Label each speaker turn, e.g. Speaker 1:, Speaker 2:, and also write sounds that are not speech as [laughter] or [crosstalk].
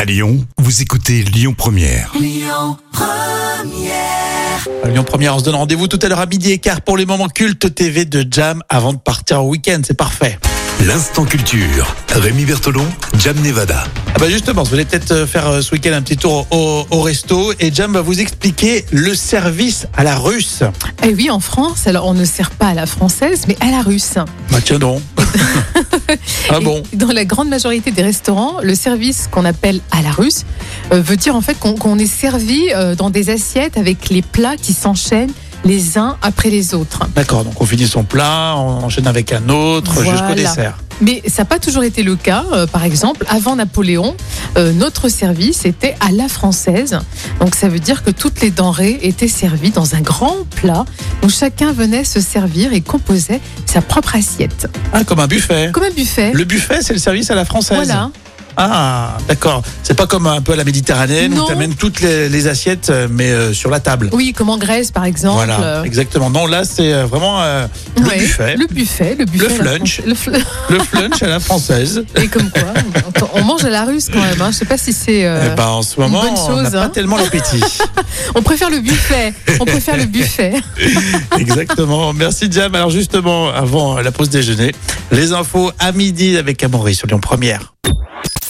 Speaker 1: À Lyon, vous écoutez Lyon Première.
Speaker 2: À Lyon Première, on se donne rendez-vous tout à l'heure à midi et quart pour les moments cultes TV de Jam avant de partir au week-end. C'est parfait.
Speaker 1: L'instant culture. Rémi Bertolon, Jam Nevada.
Speaker 2: Ah bah justement, vous allez peut-être faire euh, ce week-end un petit tour au, au resto et Jam va vous expliquer le service à la russe.
Speaker 3: Eh oui, en France, alors on ne sert pas à la française, mais à la russe.
Speaker 2: Bah tiens
Speaker 3: [laughs]
Speaker 2: donc. ah
Speaker 3: Et
Speaker 2: bon
Speaker 3: Dans la grande majorité des restaurants, le service qu'on appelle à la russe euh, veut dire en fait qu'on qu'on est servi euh, dans des assiettes avec les plats qui s'enchaînent les uns après les autres.
Speaker 2: D'accord, donc on finit son plat, on enchaîne avec un autre jusqu'au
Speaker 3: Voilà.
Speaker 2: dessert.
Speaker 3: Mais ça n'a pas toujours été le cas. Euh, par exemple, avant Napoléon, euh, notre service était à la française. Donc ça veut dire que toutes les denrées étaient servies dans un grand plat où chacun venait se servir et composait sa propre assiette.
Speaker 2: Ah, comme un buffet.
Speaker 3: Comme un buffet.
Speaker 2: Le buffet, c'est le service à la française.
Speaker 3: Voilà.
Speaker 2: Ah, d'accord. C'est pas comme un peu à la Méditerranéenne où
Speaker 3: Non.
Speaker 2: t'amènes toutes les, les assiettes, euh, mais euh, sur la table.
Speaker 3: Oui, comme en Grèce par exemple.
Speaker 2: Voilà,
Speaker 3: Euh,
Speaker 2: exactement. Non, là, c'est euh, vraiment euh, le
Speaker 3: ouais,
Speaker 2: buffet,
Speaker 3: Le buffet, le buffet. à la
Speaker 2: flunch.
Speaker 3: française. Le fl- [laughs]
Speaker 2: le flunch à la française.
Speaker 3: Et comme quoi, on, on mange à la russe quand même. Hein. Je sais pas si c'est. euh,
Speaker 2: Eh ben, en ce
Speaker 3: une
Speaker 2: moment,
Speaker 3: bonne
Speaker 2: on n'a
Speaker 3: chose,
Speaker 2: pas
Speaker 3: hein.
Speaker 2: tellement
Speaker 3: [laughs]
Speaker 2: l'appétit.
Speaker 3: On préfère le buffet. On préfère le buffet.
Speaker 2: exactement. Merci, Jam. Alors, justement, avant la pause déjeuner, les infos à midi avec Amaury sur Lyon Première.